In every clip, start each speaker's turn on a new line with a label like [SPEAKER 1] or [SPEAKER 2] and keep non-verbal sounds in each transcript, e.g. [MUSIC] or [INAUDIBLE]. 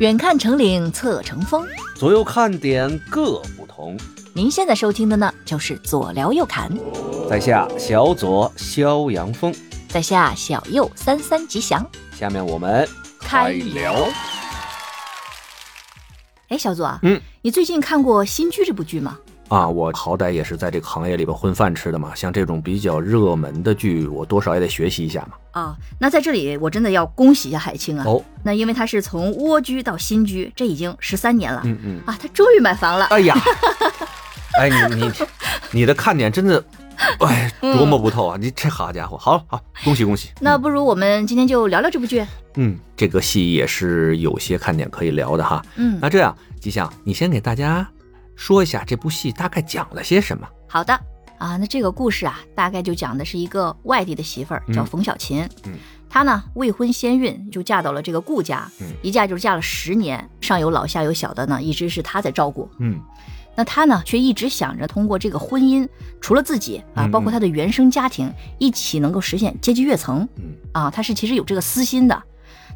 [SPEAKER 1] 远看成岭侧成峰。
[SPEAKER 2] 左右看点各不同。
[SPEAKER 1] 您现在收听的呢，就是左聊右侃，
[SPEAKER 2] 在下小左逍遥风，
[SPEAKER 1] 在下小右三三吉祥。
[SPEAKER 2] 下面我们
[SPEAKER 1] 开聊。哎，小左啊，
[SPEAKER 3] 嗯，
[SPEAKER 1] 你最近看过《新剧》这部剧吗？
[SPEAKER 3] 啊，我好歹也是在这个行业里边混饭吃的嘛，像这种比较热门的剧，我多少也得学习一下嘛。
[SPEAKER 1] 啊，那在这里我真的要恭喜一下海
[SPEAKER 2] 嗯
[SPEAKER 1] 清啊，
[SPEAKER 3] 哦，
[SPEAKER 1] 那因为他是从蜗居到新居，这已经十三年了、
[SPEAKER 3] 嗯嗯，
[SPEAKER 1] 啊，他终于买房了。
[SPEAKER 2] [LAUGHS]
[SPEAKER 3] 哎呀，哎你你你的看点真的，哎
[SPEAKER 2] 嗯
[SPEAKER 3] 琢磨不透啊！你这好家伙，好好恭喜恭喜。
[SPEAKER 1] 那不如我们今天就聊聊这部剧。
[SPEAKER 3] 嗯，这个戏也是有些看点可以聊的哈。
[SPEAKER 1] 嗯，
[SPEAKER 3] 那这样，吉祥，你先给大家说一下这部戏大概讲了些什么。
[SPEAKER 1] 好的啊，那这个故事啊，大概就讲的是一个外地的媳妇儿叫
[SPEAKER 3] 嗯
[SPEAKER 1] 冯小琴，
[SPEAKER 3] 嗯
[SPEAKER 1] 她呢未婚先孕就嫁到了这个顾家，
[SPEAKER 3] 嗯
[SPEAKER 1] 一嫁就是嫁了十年，上有老下有小的呢，一直是她在照顾。
[SPEAKER 3] 嗯
[SPEAKER 1] 那她呢却一直想着通过这个婚姻，除了自己啊，
[SPEAKER 3] 嗯
[SPEAKER 1] 包括她的原生家庭，一起能够实现阶级跃层
[SPEAKER 3] 嗯
[SPEAKER 1] 啊，她是其实有这个私心的。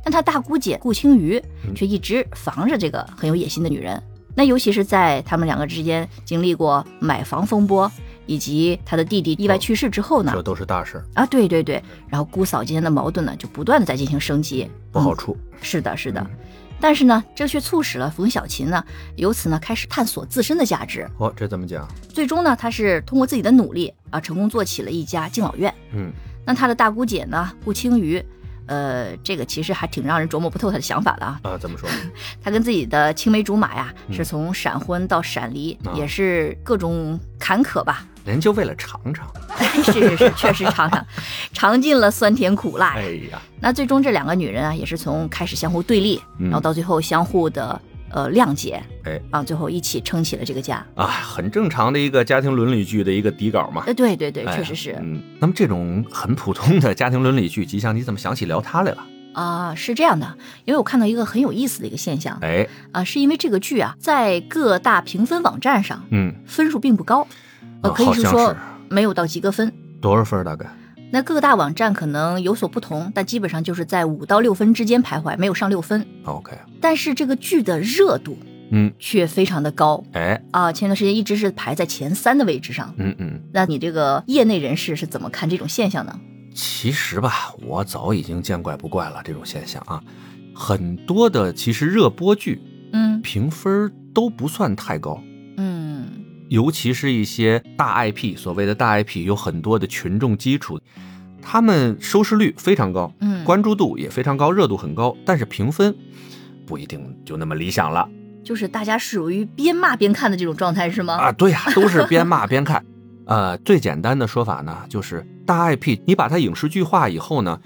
[SPEAKER 1] 但她大姑姐顾青鱼
[SPEAKER 3] 嗯
[SPEAKER 1] 却一直防着这个很有野心的女人。那尤其是在他们两个之间经历过买房风波，以及她的弟弟意外去世之后呢
[SPEAKER 3] 这，都是大事儿，
[SPEAKER 1] 啊，对对对，然后姑嫂之间的矛盾呢就不断的在进行升级，
[SPEAKER 3] 不好
[SPEAKER 1] 嗯
[SPEAKER 3] 处。
[SPEAKER 1] 是的，是的。但是呢，这却促使了冯小琴呢，由此呢开始探索自身的价值。
[SPEAKER 3] 哦，这怎么讲？
[SPEAKER 1] 最终呢，她是通过自己的努力啊，成功做起了一家敬老院。
[SPEAKER 3] 嗯
[SPEAKER 1] 那她的大姑姐呢，顾青鱼，呃，这个其实还挺让人琢磨不透她的想法的啊。
[SPEAKER 3] 啊，怎
[SPEAKER 1] [LAUGHS]
[SPEAKER 3] 么说？
[SPEAKER 1] 她跟自己的青梅竹马呀，
[SPEAKER 3] 嗯
[SPEAKER 1] 是从闪婚到闪离，
[SPEAKER 3] 啊
[SPEAKER 1] 也是各种坎坷
[SPEAKER 3] [LAUGHS]
[SPEAKER 1] 吧。
[SPEAKER 3] 人就为了尝尝。
[SPEAKER 1] 是是是，确实尝
[SPEAKER 3] [LAUGHS]
[SPEAKER 1] 尝，尝尽了酸甜苦辣呀。
[SPEAKER 3] 哎呀，
[SPEAKER 1] 那最终这两个女人啊，也是从开始相互对立，
[SPEAKER 3] 嗯
[SPEAKER 1] 然后到最后相互的呃谅解，
[SPEAKER 3] 哎
[SPEAKER 1] 啊，最后一起撑起了这个家。
[SPEAKER 3] 啊，很正常的一个家庭伦理剧的一个底稿嘛
[SPEAKER 1] 呃，。对对对，
[SPEAKER 3] 哎呀
[SPEAKER 1] 确实是啊、
[SPEAKER 3] 嗯，那么这种很普通的家庭伦理剧，吉祥，你怎么想起聊它来了？
[SPEAKER 1] 啊是这样的，因为我看到一个很有意思的一个现象啊、
[SPEAKER 3] 哎，
[SPEAKER 1] 是因为这个剧啊，在各大评分网站上
[SPEAKER 3] 嗯，
[SPEAKER 1] 分数并不高，呃，
[SPEAKER 3] 啊
[SPEAKER 1] 可以
[SPEAKER 3] 好
[SPEAKER 1] 是
[SPEAKER 3] 像
[SPEAKER 1] 说
[SPEAKER 3] 是
[SPEAKER 1] 没有到及格分。
[SPEAKER 3] 多少分儿大概？
[SPEAKER 1] 那各大网站可能有所不同，但基本上就是在五到六分之间徘徊，没有上六分。
[SPEAKER 3] OK，
[SPEAKER 1] 但是这个剧的热度
[SPEAKER 3] 嗯，
[SPEAKER 1] 却非常的高
[SPEAKER 3] 哎，
[SPEAKER 1] 啊、前段时间一直是排在前三的位置上。
[SPEAKER 3] 嗯嗯，
[SPEAKER 1] 那你这个业内人士是怎么看这种现象呢？
[SPEAKER 3] 其实吧，我早已经见怪不怪了这种现象啊。很多的其实热播剧
[SPEAKER 1] 嗯
[SPEAKER 3] 评分儿都不算太高，
[SPEAKER 1] 嗯
[SPEAKER 3] 尤其是一些大 IP，所谓的大 IP 有很多的群众基础，他们收视率非常高，
[SPEAKER 1] 嗯，
[SPEAKER 3] 关注度也非常高，热度很高，但是评分不一定就那么理想了
[SPEAKER 1] 就是大家属于边骂边看的这种状态是吗？
[SPEAKER 3] 啊！对呀、
[SPEAKER 1] [LAUGHS]
[SPEAKER 3] 都是边骂边看。呃，最简单的说法呢，就是大 IP，你把它影视剧化以后呢，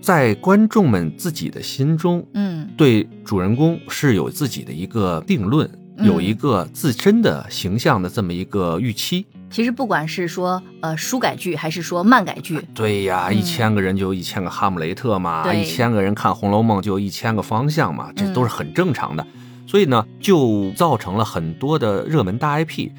[SPEAKER 3] 在观众们自己的心中，
[SPEAKER 1] 嗯
[SPEAKER 3] 对主人公是有自己的一个定论，
[SPEAKER 1] 嗯
[SPEAKER 3] 有一个自身的形象的这么一个预期。
[SPEAKER 1] 其实不管是说呃书改剧还是说漫改剧，
[SPEAKER 3] 对呀，
[SPEAKER 1] 嗯
[SPEAKER 3] 一千个人就有一千个哈姆雷特嘛，
[SPEAKER 1] 对
[SPEAKER 3] 一千个人看《红楼梦》就有一千个方向嘛，这
[SPEAKER 1] 嗯
[SPEAKER 3] 都是很正常的。所以呢，就造成了很多的热门大 IP，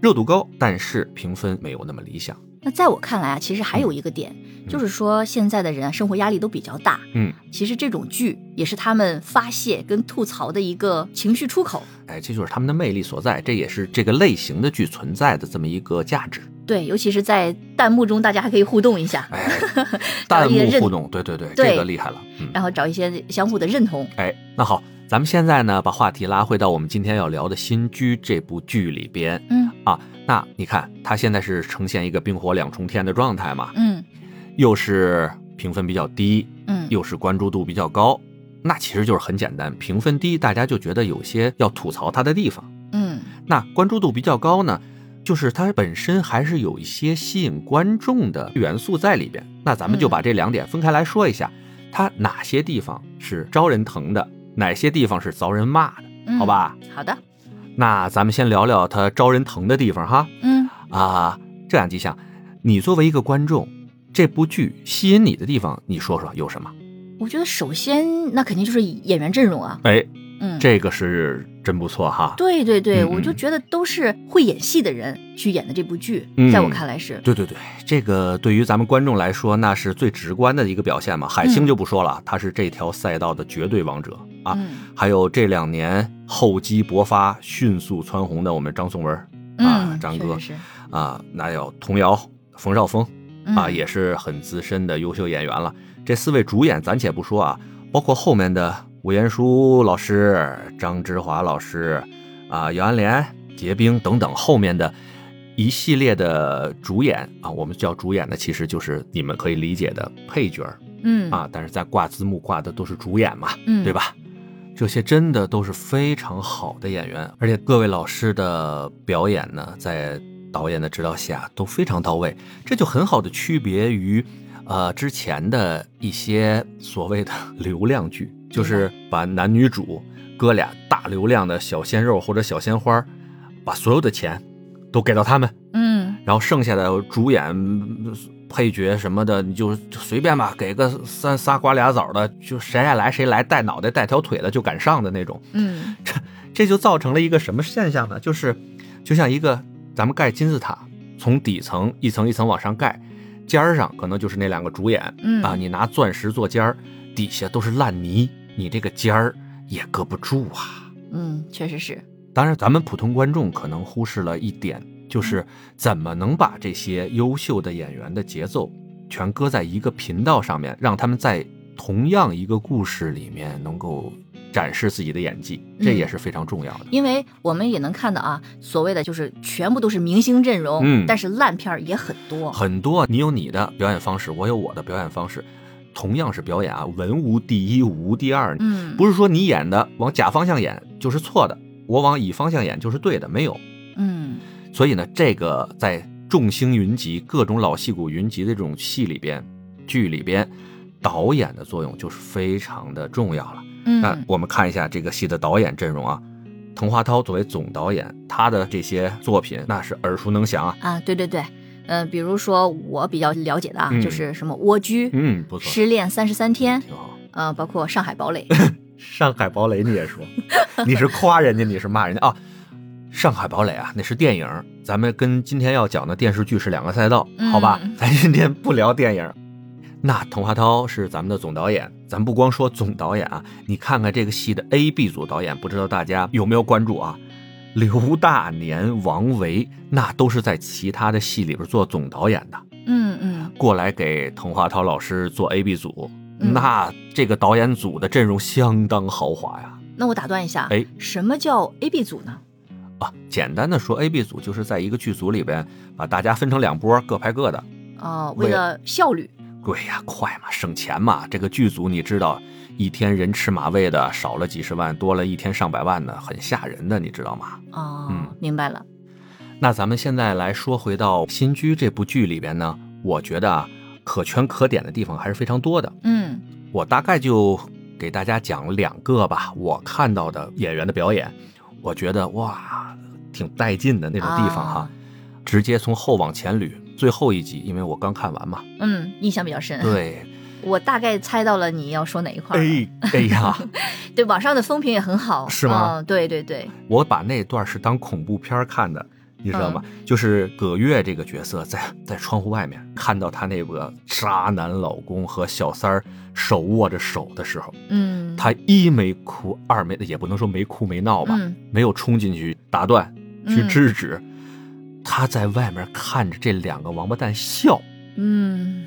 [SPEAKER 3] 热度高，但是评分没有那么理想。
[SPEAKER 1] 那在我看来啊，其实
[SPEAKER 3] 嗯
[SPEAKER 1] 还有一个点，就是说现在的人啊生活压力都比较大，
[SPEAKER 3] 嗯，
[SPEAKER 1] 其实这种剧也是他们发泄跟吐槽的一个情绪出口。
[SPEAKER 3] 哎，这就是他们的魅力所在，这也是这个类型的剧存在的这么一个价值。
[SPEAKER 1] 对，尤其是在弹幕中，大家还可以互动一下， [LAUGHS]
[SPEAKER 3] 哎，弹
[SPEAKER 1] 也
[SPEAKER 3] 幕
[SPEAKER 1] 认
[SPEAKER 3] 互动，对对对，
[SPEAKER 1] 对
[SPEAKER 3] 这个厉害了。嗯，
[SPEAKER 1] 然后找一些相互的认同。
[SPEAKER 3] 哎，那好，咱们现在呢，把话题拉回到我们今天要聊的《新居》这部剧里边。
[SPEAKER 1] 嗯
[SPEAKER 3] 啊，那你看它现在是呈现一个冰火两重天的状态嘛，
[SPEAKER 1] 嗯
[SPEAKER 3] 又是评分比较低，
[SPEAKER 1] 嗯，
[SPEAKER 3] 又是关注度比较高，那其实就是很简单，评分低大家就觉得有些要吐槽它的地方，
[SPEAKER 1] 嗯
[SPEAKER 3] 那关注度比较高呢，就是它本身还是有一些吸引观众的元素在里边。那咱们就
[SPEAKER 1] 嗯
[SPEAKER 3] 把这两点分开来说一下，它哪些地方是招人疼的，哪些地方是遭人骂的，
[SPEAKER 1] 嗯，
[SPEAKER 3] 好，吧？
[SPEAKER 1] 好的，
[SPEAKER 3] 那咱们先聊聊它招人疼的地方哈。
[SPEAKER 1] 嗯
[SPEAKER 3] 啊，这样吉祥，你作为一个观众，这部剧吸引你的地方，你说说有什么？
[SPEAKER 1] 我觉得首先那肯定就是演员阵容啊，
[SPEAKER 3] 哎，
[SPEAKER 1] 嗯，
[SPEAKER 3] 这个是真不错哈。
[SPEAKER 1] 对对对，
[SPEAKER 3] 嗯嗯
[SPEAKER 1] 我就觉得都是会演戏的人去演的这部剧，
[SPEAKER 3] 嗯
[SPEAKER 1] 在我看来是，
[SPEAKER 3] 对对对，这个对于咱们观众来说，那是最直观的一个表现嘛。海清
[SPEAKER 1] 嗯
[SPEAKER 3] 就不说了，她是这条赛道的绝对王者。啊，
[SPEAKER 1] 嗯
[SPEAKER 3] 还有这两年厚积薄发、迅速蹿红的我们张颂文啊
[SPEAKER 1] 嗯，
[SPEAKER 3] 张
[SPEAKER 1] 是
[SPEAKER 3] 哥
[SPEAKER 1] 是是
[SPEAKER 3] 啊，那有童瑶、冯绍峰啊，
[SPEAKER 1] 嗯
[SPEAKER 3] 也是很资深的优秀演员了。这四位主演暂且不说啊，包括后面的吴彦姝老师、张之华老师啊、姚安莲、结冰等等后面的。一系列的主演啊，我们叫主演的，其实就是你们可以理解的配角儿
[SPEAKER 1] 嗯
[SPEAKER 3] 啊，但是在挂字幕挂的都是主演嘛，
[SPEAKER 1] 嗯
[SPEAKER 3] 对？吧？这些真的都是非常好的演员，而且各位老师的表演呢，在导演的指导下都非常到位，这就很好的区别于，呃，之前的一些所谓的 [LAUGHS] 流量剧，就是把男女主哥俩大流量的小鲜肉或者小鲜花儿，把所有的钱都给到他们，
[SPEAKER 1] 嗯
[SPEAKER 3] 然后剩下的主演、嗯配角什么的，你就随便吧，给个三仨瓜俩枣的，就谁爱来谁来，带脑袋带条腿的就敢上的那种。
[SPEAKER 1] 嗯
[SPEAKER 3] 这就造成了一个什么现象呢？就是就像一个咱们盖金字塔，从底层一层一层往上盖，尖儿上可能就是那两个主演、
[SPEAKER 1] 嗯
[SPEAKER 3] 啊，你拿钻石做尖儿，底下都是烂泥，你这个尖儿也搁不住啊。
[SPEAKER 1] 嗯，确实是，
[SPEAKER 3] 当然，咱们普通观众可能忽视了一点，就是怎么能把这些优秀的演员的节奏全搁在一个频道上面，让他们在同样一个故事里面能够展示自己的演技，这也是非常重要的。
[SPEAKER 1] 因为我们也能看到啊，所谓的就是全部都是明星阵容，
[SPEAKER 3] 嗯
[SPEAKER 1] 但是烂片儿也很多，
[SPEAKER 3] 很多你有你的表演方式，我有我的表演方式，同样是表演啊，文无第一，武无第二，
[SPEAKER 1] 嗯，
[SPEAKER 3] 不是说你演的往甲方向演就是错的，我往乙方向演就是对的，没有。
[SPEAKER 1] 嗯
[SPEAKER 3] 所以呢，这个在众星云集、各种老戏骨云集的这种戏里边、剧里边，导演的作用就是非常的重要了。那
[SPEAKER 1] 嗯
[SPEAKER 3] 我们看一下这个戏的导演阵容啊，滕华涛作为总导演，他的这些作品那是耳熟能详啊。
[SPEAKER 1] 啊，对对对，呃，比如说我比较了解的啊，
[SPEAKER 3] 嗯
[SPEAKER 1] 就是什么蜗居、
[SPEAKER 3] 嗯，不错，嗯
[SPEAKER 1] 失恋三十三天，
[SPEAKER 3] 挺好。
[SPEAKER 1] 呃，包括上海堡垒，
[SPEAKER 3] [LAUGHS] 上海堡垒你也说，你是夸人家，你是骂人家啊？上海堡垒啊，那是电影，咱们跟今天要讲的电视剧是两个赛道，好吧？
[SPEAKER 1] 嗯
[SPEAKER 3] 咱今天不聊电影。那滕华涛是咱们的总导演，咱不光说总导演啊，你看看这个戏的 A、B 组导演，不知道大家有没有关注啊？刘大年、王维，那都是在其他的戏里边做总导演的。
[SPEAKER 1] 嗯嗯
[SPEAKER 3] 过来给滕华涛老师做 A、B 组，
[SPEAKER 1] 嗯
[SPEAKER 3] 那这个导演组的阵容相当豪华呀。
[SPEAKER 1] 那我打断一下，
[SPEAKER 3] 哎，
[SPEAKER 1] 什么叫 A B 组呢？
[SPEAKER 3] 啊，简单的说，A、B 组就是在一个剧组里边把大家分成两波，各拍各的。
[SPEAKER 1] 哦，为
[SPEAKER 3] 为
[SPEAKER 1] 了效率，
[SPEAKER 3] 对呀，快嘛，省钱嘛。这个剧组你知道，一天人吃马喂的，少了几十万，多了一天上百万的，很吓人的，你知道吗？
[SPEAKER 1] 哦，
[SPEAKER 3] 嗯
[SPEAKER 1] 明白了，
[SPEAKER 3] 那咱们现在来说回到《新居》这部剧里边呢，我觉得啊，可圈可点的地方还是非常多的。
[SPEAKER 1] 嗯
[SPEAKER 3] 我大概就给大家讲两个吧，我看到的演员的表演，我觉得哇，挺带劲的那种地方哈。
[SPEAKER 1] 啊
[SPEAKER 3] 直接从后往前捋，最后一集，因为我刚看完嘛。
[SPEAKER 1] 嗯，印象比较深，
[SPEAKER 3] 对，
[SPEAKER 1] 我大概猜到了你要说哪一块儿了，
[SPEAKER 3] 哎哎呀，
[SPEAKER 1] 对，网上的风评也很好，
[SPEAKER 3] 是吗
[SPEAKER 1] 嗯，对对对，
[SPEAKER 3] 我把那段是当恐怖片儿看的，你知道吗？
[SPEAKER 1] 嗯
[SPEAKER 3] 就是葛月这个角色在在窗户外面看到她那个渣男老公和小三儿手握着手的时候，
[SPEAKER 1] 嗯，
[SPEAKER 3] 她一没哭，二没也不能说没哭没闹吧，
[SPEAKER 1] 嗯
[SPEAKER 3] 没有冲进去打断去
[SPEAKER 1] 嗯
[SPEAKER 3] 制止，她在外面看着这两个王八蛋笑。
[SPEAKER 1] 嗯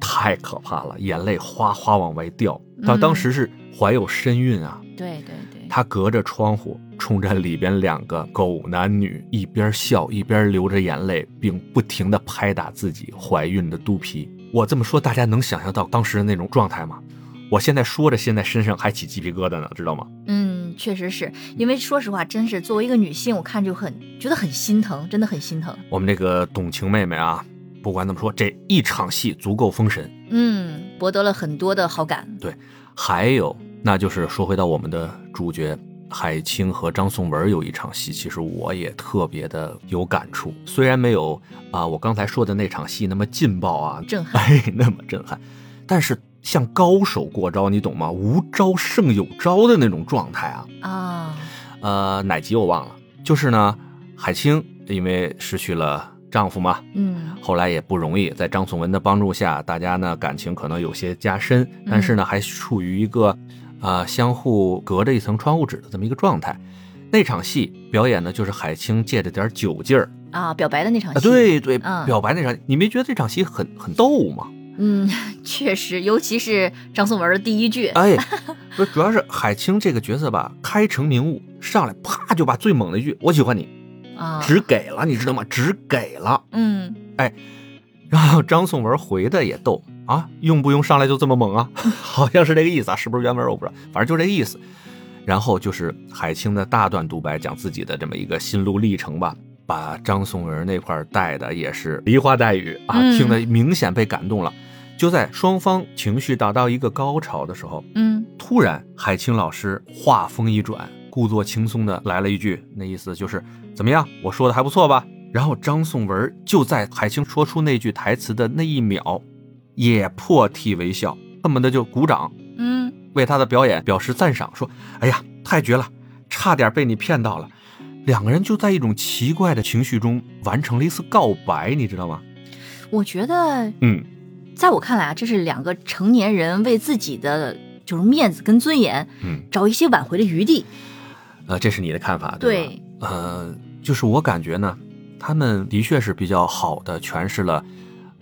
[SPEAKER 3] 太可怕了，眼泪哗哗往外掉。
[SPEAKER 1] 嗯
[SPEAKER 3] 她当时是怀有身孕啊，
[SPEAKER 1] 对对对，
[SPEAKER 3] 她隔着窗户冲着里边两个狗男女一边笑一边流着眼泪，并不停地拍打自己怀孕的肚皮。我这么说，大家能想象到当时的那种状态吗？我现在说着，现在身上还起鸡皮疙瘩呢，知道吗？
[SPEAKER 1] 嗯，确实是因为说实话，真是作为一个女性，我看就很觉得很心疼，真的很心疼，
[SPEAKER 3] 我们这个董卿妹妹啊，不管怎么说，这一场戏足够封神。
[SPEAKER 1] 嗯，博得了很多的好感，
[SPEAKER 3] 还有，那就是说回到我们的主角海清和张颂文有一场戏，其实我也特别的有感触。虽然没有啊我刚才说的那场戏那么劲爆啊，
[SPEAKER 1] 震撼，
[SPEAKER 3] 哎， [LAUGHS] 那么震撼，但是像高手过招，你懂吗？无招胜有招的那种状态啊。
[SPEAKER 1] 啊，
[SPEAKER 3] 呃，哪集我忘了，就是呢，海清因为失去了丈夫嘛，
[SPEAKER 1] 嗯
[SPEAKER 3] 后来也不容易，在
[SPEAKER 1] 嗯
[SPEAKER 3] 张颂文的帮助下，大家呢感情可能有些加深，但是呢还处于一个啊，相互隔着一层窗户纸的这么一个状态。那场戏表演的就是海清借着点酒劲儿
[SPEAKER 1] 啊，表白的那场
[SPEAKER 3] 啊，
[SPEAKER 1] 戏，，
[SPEAKER 3] 对对，
[SPEAKER 1] 嗯
[SPEAKER 3] 表白那场，你没觉得这场戏很很
[SPEAKER 1] [LAUGHS]
[SPEAKER 3] 逗吗？
[SPEAKER 1] 嗯，确实，尤其是张颂文的第一句，
[SPEAKER 3] 哎，不是，主要是海清这个角色吧，开诚明悟，上来啪就把最猛的一句“我喜欢你”
[SPEAKER 1] 啊，
[SPEAKER 3] 只给了，你知道吗？只给了。
[SPEAKER 1] 嗯，
[SPEAKER 3] 然后张颂文回的也逗啊，用不用上来就这么猛啊？ [LAUGHS] 好像是这个意思啊，是不是原文我不知道，反正就这个意思。然后就是海清的大段独白，讲自己的这么一个心路历程吧，把张颂文那块儿带的也是梨花带雨啊，
[SPEAKER 1] 嗯
[SPEAKER 3] 听得明显被感动了。就在双方情绪达到一个高潮的时候，
[SPEAKER 1] 嗯，
[SPEAKER 3] 突然，海清老师话锋一转，故作轻松的来了一句，那意思就是怎么样，我说的还不错吧？然后张颂文就在海清说出那句台词的那一秒，也破涕为笑，恨不得就鼓掌
[SPEAKER 1] 嗯，
[SPEAKER 3] 为他的表演表示赞赏，说：“哎呀，太绝了，差点被你骗到了。”两个人就在一种奇怪的情绪中完成了一次告白，你知道吗？
[SPEAKER 1] 我觉得
[SPEAKER 3] 嗯，
[SPEAKER 1] 在我看来啊，这是两个成年人为自己的就是面子跟尊严，
[SPEAKER 3] 嗯，
[SPEAKER 1] 找一些挽回的余地。
[SPEAKER 3] 呃，这是你的看法，吧？
[SPEAKER 1] 对，
[SPEAKER 3] 呃，就是我感觉呢，他们的确是比较好的诠释了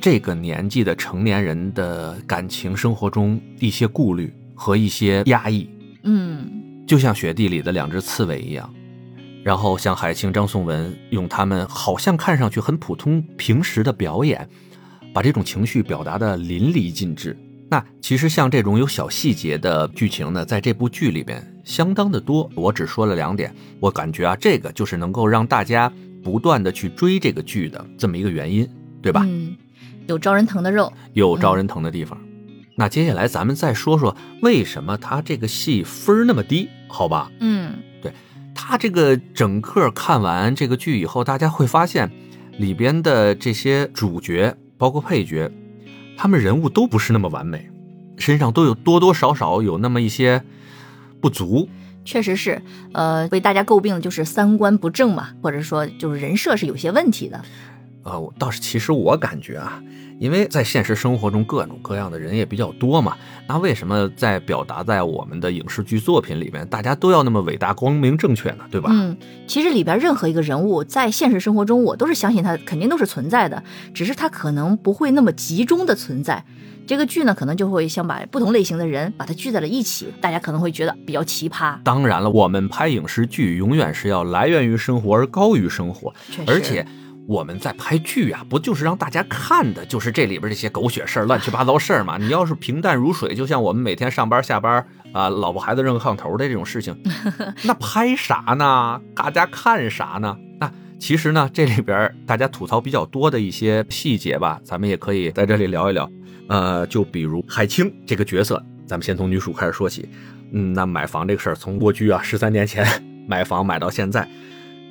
[SPEAKER 3] 这个年纪的成年人的感情生活中一些顾虑和一些压抑，
[SPEAKER 1] 嗯
[SPEAKER 3] 就像雪地里的两只刺猬一样。然后像海清、张颂文用他们好像看上去很普通、平时的表演，把这种情绪表达的淋漓尽致。那其实像这种有小细节的剧情呢，在这部剧里边相当的多。我只说了两点，我感觉啊，这个就是能够让大家不断的去追这个剧的这么一个原因，对吧？
[SPEAKER 1] 嗯，有招人疼的肉。
[SPEAKER 3] 有招人疼的地方。那接下来咱们再说说为什么他这个戏分儿那么低，好吧？
[SPEAKER 1] 嗯
[SPEAKER 3] 他这个整个看完这个剧以后，大家会发现里边的这些主角，包括配角，他们人物都不是那么完美，身上都有多多少少有那么一些不足。
[SPEAKER 1] 确实是，呃，被大家诟病的就是三观不正嘛，或者说就是人设是有些问题的。
[SPEAKER 3] 呃，我倒是其实我感觉啊，因为在现实生活中各种各样的人也比较多嘛，那为什么在表达在我们的影视剧作品里面，大家都要那么伟大、光明、正确呢？对吧？
[SPEAKER 1] 嗯，其实里边任何一个人物在现实生活中，我都是相信他肯定都是存在的，只是他可能不会那么集中的存在。这个剧呢，可能就会想把不同类型的人把它聚在了一起，大家可能会觉得比较奇葩。
[SPEAKER 3] 当然了，我们拍影视剧永远是要来源于生活而高于生活，
[SPEAKER 1] 确实，
[SPEAKER 3] 而且我们在拍剧啊，不就是让大家看的就是这里边这些狗血事儿、乱七八糟事
[SPEAKER 1] [LAUGHS]
[SPEAKER 3] 儿嘛？你要是平淡如水，就像我们每天上班下班啊、老婆孩子热炕头的这种
[SPEAKER 1] [LAUGHS]
[SPEAKER 3] 事情，那拍啥呢？大家看啥呢？那其实呢，这里边大家吐槽比较多的一些细节吧，咱们也可以在这里聊一聊。呃，就比如海清这个角色，咱们先从女主开始说起。嗯，那买房这个事儿，从蜗居啊，十三年前买房买到现在，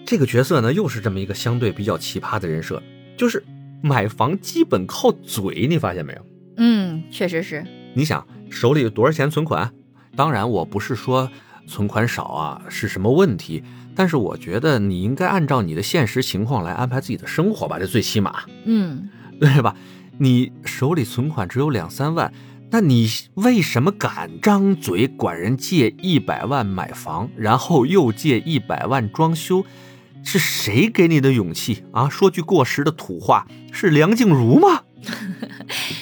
[SPEAKER 3] 这个角色呢，又是这么一个相对比较奇葩的人设，就是买房基本靠嘴，你发现没有？
[SPEAKER 1] 嗯，确实是，
[SPEAKER 3] 你想手里有多少钱存款？当然，我不是说存款少啊是什么问题，但是我觉得你应该按照你的现实情况来安排自己的生活吧，这最起码。
[SPEAKER 1] 嗯，
[SPEAKER 3] 对吧？你手里存款只有两三万，那你为什么敢张嘴管人借一百万买房，然后又借一百万装修？是谁给你的勇气啊？说句过时的土话，是梁静茹吗？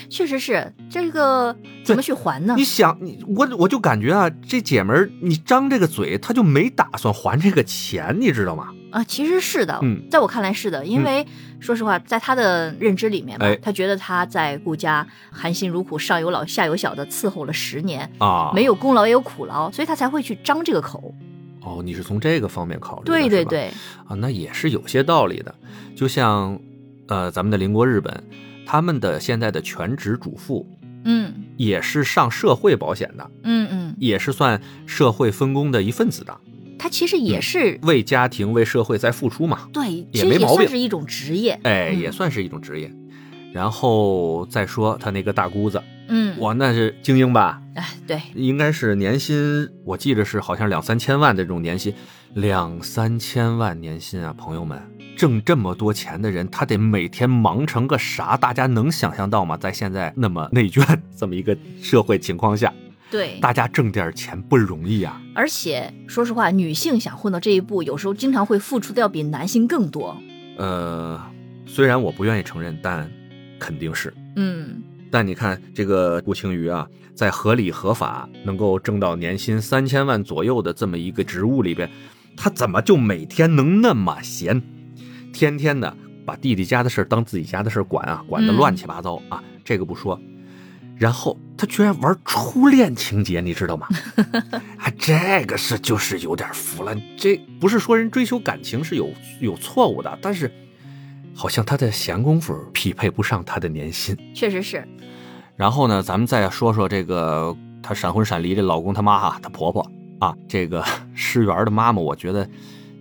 [SPEAKER 1] 确实是这个怎么去还呢
[SPEAKER 3] 你？想，你我我就感觉啊，这姐们儿你张这个嘴，她就没打算还这个钱，你知道吗？
[SPEAKER 1] 啊，其实是的，
[SPEAKER 3] 嗯
[SPEAKER 1] 在我看来是的，因为、说实话，在他的认知里面吧，
[SPEAKER 3] 哎
[SPEAKER 1] 他觉得他在顾家含辛茹苦、上有老下有小的伺候了十年，
[SPEAKER 3] 啊，
[SPEAKER 1] 没有功劳也有苦劳，所以他才会去张这个口。
[SPEAKER 3] 哦，你是从这个方面考虑的，
[SPEAKER 1] 对
[SPEAKER 3] 是
[SPEAKER 1] 对
[SPEAKER 3] 吧
[SPEAKER 1] 对，
[SPEAKER 3] 啊，那也是有些道理的。就像，呃，咱们的邻国日本，他们的现在的全职主妇
[SPEAKER 1] 嗯
[SPEAKER 3] 也是上社会保险的，
[SPEAKER 1] 嗯嗯，
[SPEAKER 3] 也是算社会分工的一份子的，
[SPEAKER 1] 他其实也是、
[SPEAKER 3] 为家庭、为社会在付出嘛。
[SPEAKER 1] 对，其
[SPEAKER 3] 嗯也
[SPEAKER 1] 实
[SPEAKER 3] 没
[SPEAKER 1] 也
[SPEAKER 3] 毛
[SPEAKER 1] 算
[SPEAKER 3] 病
[SPEAKER 1] 是一种职业。
[SPEAKER 3] 哎，
[SPEAKER 1] 嗯
[SPEAKER 3] 也算是一种职业。然后再说他那个大姑子，
[SPEAKER 1] 嗯，
[SPEAKER 3] 哇，那是精英吧？
[SPEAKER 1] 哎对，
[SPEAKER 3] 应该是年薪，我记着是好像两三千万的这种年薪，两三千万年薪啊，朋友们，挣这么多钱的人，他得每天忙成 [LAUGHS] 个啥？大家能想象到吗？在现在那么内卷这么一个社会情况下，
[SPEAKER 1] 对，
[SPEAKER 3] 大家挣点钱不容易啊。
[SPEAKER 1] 而且说实话，女性想混到这一步，有时候经常会付出的要比男性更多。
[SPEAKER 3] 呃，虽然我不愿意承认，但肯定是。
[SPEAKER 1] 嗯，
[SPEAKER 3] 但你看这个顾青鱼啊，在合理合法能够挣到年薪三千万左右的这么一个职务里边，他怎么就每天能那么闲，天天的把弟弟家的事儿当自己家的事儿管啊，管得
[SPEAKER 1] 嗯
[SPEAKER 3] 乱七八糟啊？这个不说，然后他居然玩初恋情节，你知道吗？啊，这个是就是有点服了。这不是说人追求感情是有有错误的，但是好像他的闲工夫匹配不上他的年薪。
[SPEAKER 1] 确实是。
[SPEAKER 3] 然后呢，咱们再说说这个她闪婚闪离这老公他妈哈、她婆婆啊，这个施源的妈妈，我觉得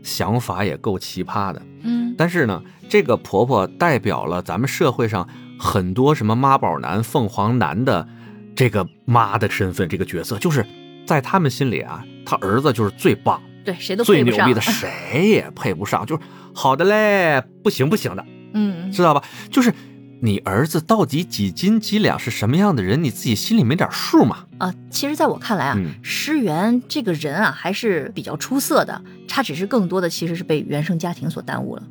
[SPEAKER 3] 想法也够奇葩的。
[SPEAKER 1] 嗯，
[SPEAKER 3] 但是呢，这个婆婆代表了咱们社会上很多什么妈宝男、凤凰男的这个妈的身份，这个角色，就是在他们心里啊，她儿子就是最棒、
[SPEAKER 1] 对，谁都配
[SPEAKER 3] 最
[SPEAKER 1] 不
[SPEAKER 3] 牛
[SPEAKER 1] 上
[SPEAKER 3] 逼的，。谁也配不上，就是好的嘞，不行不行的，
[SPEAKER 1] 嗯，
[SPEAKER 3] 知道吧？就是你儿子到底几斤几两是什么样的人，你自己心里没点数嘛？
[SPEAKER 1] 啊，其实在我看来啊，
[SPEAKER 3] 嗯
[SPEAKER 1] 施源这个人啊还是比较出色的，他只是更多的其实是被原生家庭所耽误了。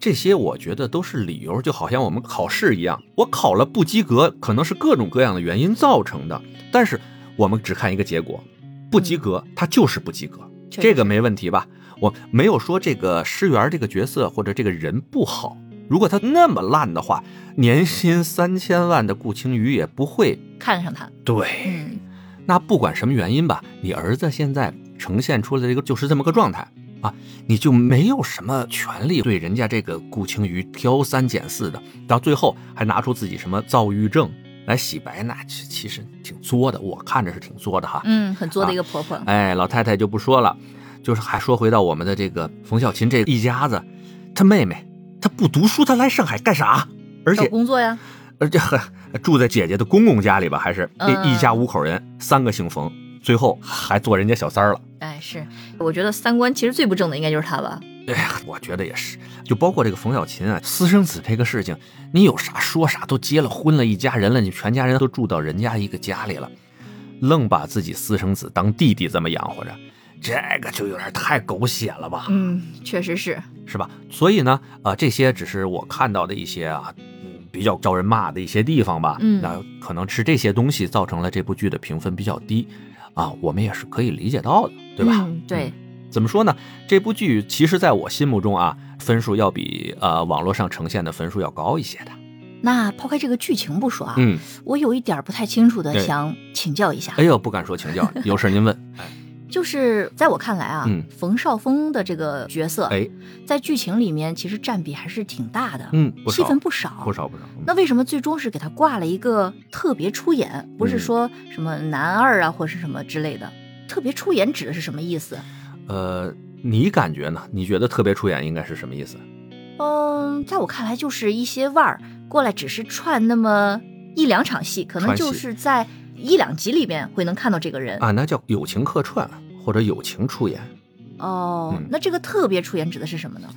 [SPEAKER 3] 这些我觉得都是理由，就好像我们考试一样，我考了不及格，可能是各种各样的原因造成的，但是我们只看一个结果，不及格，它就是不及格，
[SPEAKER 1] 嗯确实
[SPEAKER 3] 这个没问题吧？我没有说这个施源这个角色或者这个人不好，如果他那么烂的话，年薪三千万的顾青鱼也不会
[SPEAKER 1] 看上他，
[SPEAKER 3] 对
[SPEAKER 1] 嗯，
[SPEAKER 3] 那不管什么原因吧，你儿子现在呈现出来的这个就是这么个状态啊，你就没有什么权利对人家这个顾青鱼挑三拣四的，到最后还拿出自己什么躁郁症来洗白，那其其实挺作的，我看着是挺作的哈。
[SPEAKER 1] 嗯，很作的一个婆婆。
[SPEAKER 3] 哎，老太太就不说了，就是还说回到我们的这个冯小琴这一家子，她妹妹她不读书，她来上海干啥？而
[SPEAKER 1] 找
[SPEAKER 3] 且
[SPEAKER 1] 工作呀，
[SPEAKER 3] 而且还呃住在姐姐的公公家里吧，还是
[SPEAKER 1] 嗯
[SPEAKER 3] 一一家五口人，三个姓冯，最后还做人家小三儿了。
[SPEAKER 1] 哎，是，我觉得三观其实最不正的应该就是他吧。
[SPEAKER 3] 哎呀，我觉得也是，就包括这个冯小琴啊，私生子这个事情，你有啥说啥，都结了婚了，一家人了，你全家人都住到人家一个家里了，愣把自己私生子当弟弟这么养活着，这个就有点太狗血了吧？
[SPEAKER 1] 嗯，确实是。
[SPEAKER 3] 是吧？所以呢，啊，这些只是我看到的一些啊，嗯比较招人骂的一些地方吧。
[SPEAKER 1] 嗯
[SPEAKER 3] 那可能是这些东西造成了这部剧的评分比较低，啊，我们也是可以理解到的，对吧？
[SPEAKER 1] 嗯对
[SPEAKER 3] 怎么说呢？这部剧其实在我心目中啊，分数要比呃网络上呈现的分数要高一些的。
[SPEAKER 1] 那抛开这个剧情不说啊，
[SPEAKER 3] 嗯，
[SPEAKER 1] 我有一点儿不太清楚的
[SPEAKER 3] 哎
[SPEAKER 1] 想请教一下，
[SPEAKER 3] 哎呦，不敢说请教，有事
[SPEAKER 1] [LAUGHS]
[SPEAKER 3] 您问。
[SPEAKER 1] 就是在我看来啊，
[SPEAKER 3] 嗯
[SPEAKER 1] 冯绍峰的这个角色，
[SPEAKER 3] 哎，
[SPEAKER 1] 在剧情里面其实占比还是挺大的，
[SPEAKER 3] 嗯，不
[SPEAKER 1] 戏
[SPEAKER 3] 少
[SPEAKER 1] 份不少，
[SPEAKER 3] 不。少不少。嗯
[SPEAKER 1] 那为什么最终是给他挂了一个特别出演，不
[SPEAKER 3] 嗯
[SPEAKER 1] 是说什么男二啊，或是什么之类的？特别出演指的是什么意思？
[SPEAKER 3] 呃，你感觉呢？你觉得特别出演应该是什么意思？
[SPEAKER 1] 嗯，在我看来，就是一些腕儿过来，只是串那么一两场戏，可能
[SPEAKER 3] 串戏
[SPEAKER 1] 就是在一两集里面会能看到这个人。
[SPEAKER 3] 啊，那叫友情客串啊或者友情出演。
[SPEAKER 1] 哦，
[SPEAKER 3] 嗯
[SPEAKER 1] 那这个特别出演指的是什
[SPEAKER 3] [LAUGHS]
[SPEAKER 1] 么呢？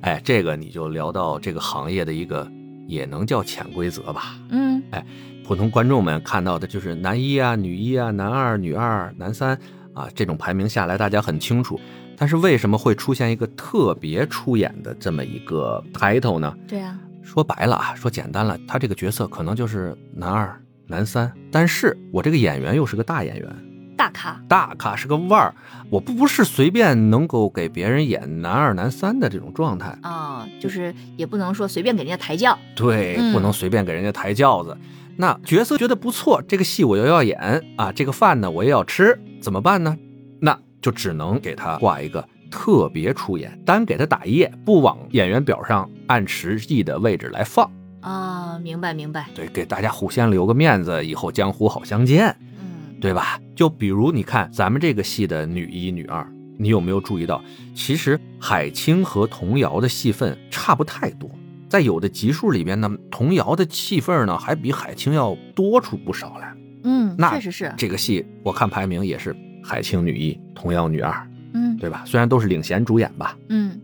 [SPEAKER 3] 哎，这个你就聊到这个行业的一个也能叫潜规则吧。
[SPEAKER 1] 嗯
[SPEAKER 3] 哎普通观众们看到的就是男一啊、女一啊、男二、女二、男三啊这种排名下来，大家很清楚。但是为什么会出现一个特别出演的这么一个 title 呢？
[SPEAKER 1] 对啊，
[SPEAKER 3] 说白了啊，说简单了，他这个角色可能就是男二、男三，但是我这个演员又是个大演员，
[SPEAKER 1] 大咖。
[SPEAKER 3] 大咖是个腕儿，我不不是随便能够给别人演男二、男三的这种状态。
[SPEAKER 1] 啊、就是也不能说随便给人家抬轿，
[SPEAKER 3] 对，
[SPEAKER 1] 嗯
[SPEAKER 3] 不能随便给人家抬轿子。那角色觉得不错，这个戏我又要演啊，这个饭呢我也要吃，怎么办呢？那就只能给他挂一个特别出演，单给他打一页，不往演员表上按实际的位置来放。
[SPEAKER 1] 啊、明白明白，
[SPEAKER 3] 对，给大家互相留个面子，以后江湖好相见，
[SPEAKER 1] 嗯，
[SPEAKER 3] 对吧？就比如你看咱们这个戏的女一、女二，你有没有注意到，其实海清和童瑶的戏份差不太多。在有的集数里边呢，童瑶的戏份呢还比海清要多出不少来。
[SPEAKER 1] 嗯，
[SPEAKER 3] 那
[SPEAKER 1] 确实是，
[SPEAKER 3] 这个戏我看排名也是海清女一，童瑶女二，
[SPEAKER 1] 嗯
[SPEAKER 3] 对吧？虽然都是领衔主演吧。
[SPEAKER 1] 嗯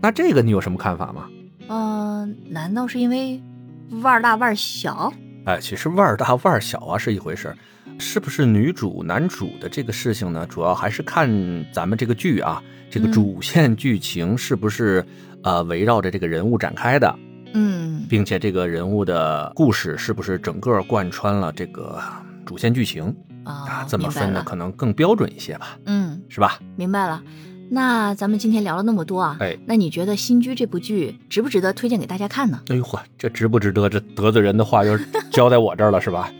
[SPEAKER 3] 那这个你有什么看法吗？
[SPEAKER 1] 呃，难道是因为腕儿大腕儿小？
[SPEAKER 3] 哎，其实腕儿大腕儿小啊是一回事儿，是不是女主男主的这个事情呢，主要还是看咱们这个剧啊，这个
[SPEAKER 1] 嗯
[SPEAKER 3] 主线剧情是不是、呃围绕着这个人物展开的，
[SPEAKER 1] 嗯
[SPEAKER 3] 并且这个人物的故事是不是整个贯穿了这个主线剧情啊？
[SPEAKER 1] 啊，
[SPEAKER 3] 这么
[SPEAKER 1] 明白
[SPEAKER 3] 分的
[SPEAKER 1] 了
[SPEAKER 3] 可能更标准一些吧，
[SPEAKER 1] 嗯，
[SPEAKER 3] 是吧？
[SPEAKER 1] 明白了。那咱们今天聊了那么多啊，
[SPEAKER 3] 哎
[SPEAKER 1] 那你觉得《新居》这部剧值不值得推荐给大家看呢？
[SPEAKER 3] 哎呦嚯，这值不值得？这得罪人的话又交在我这儿了，是吧？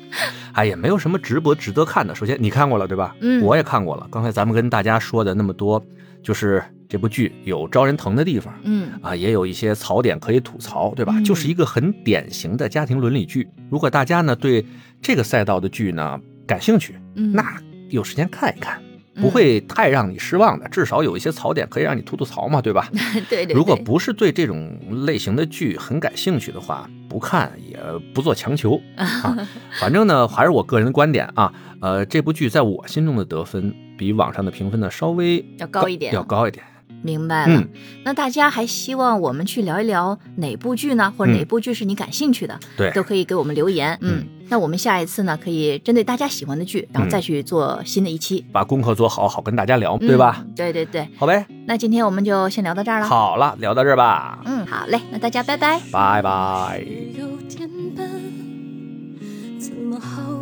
[SPEAKER 3] 哎呀，没有什么值不值得看的。首先你看过了对吧？
[SPEAKER 1] 嗯
[SPEAKER 3] 我也看过了。刚才咱们跟大家说的那么多，就是这部剧有招人疼的地方
[SPEAKER 1] 嗯
[SPEAKER 3] 啊，也有一些槽点可以吐槽，对吧？
[SPEAKER 1] 嗯
[SPEAKER 3] 就是一个很典型的家庭伦理剧。如果大家呢对这个赛道的剧呢感兴趣，
[SPEAKER 1] 嗯，
[SPEAKER 3] 那有时间看一看，
[SPEAKER 1] 嗯
[SPEAKER 3] 不、会太让你失望的。至少有一些槽点可以让你吐吐槽嘛，对吧？
[SPEAKER 1] 嗯对对对。
[SPEAKER 3] 如果不是对这种类型的剧很感兴趣的话，不看也不做
[SPEAKER 1] [LAUGHS]
[SPEAKER 3] 强求啊。反正呢，还是我个人的观点啊。呃，这部剧在我心中的得分比网上的评分呢稍微
[SPEAKER 1] 要高一点
[SPEAKER 3] 要高一点。
[SPEAKER 1] 明白了、
[SPEAKER 3] 嗯，
[SPEAKER 1] 那大家还希望我们去聊一聊哪部剧呢？或者
[SPEAKER 3] 嗯
[SPEAKER 1] 哪部剧是你感兴趣的，
[SPEAKER 3] 对，
[SPEAKER 1] 都可以给我们留言。嗯，那我们下一次呢，可以针对大家喜欢的剧，然后
[SPEAKER 3] 嗯
[SPEAKER 1] 再去做新的一期，
[SPEAKER 3] 把功课做好，好跟大家聊，
[SPEAKER 1] 嗯
[SPEAKER 3] 对吧？？
[SPEAKER 1] 对对对。
[SPEAKER 3] 好呗，
[SPEAKER 1] 那今天我们就先聊到这儿了。，
[SPEAKER 3] 好了，聊到这儿吧，
[SPEAKER 1] 嗯，好嘞，那大家拜拜。
[SPEAKER 3] 拜拜。
[SPEAKER 4] 只有天边，怎么好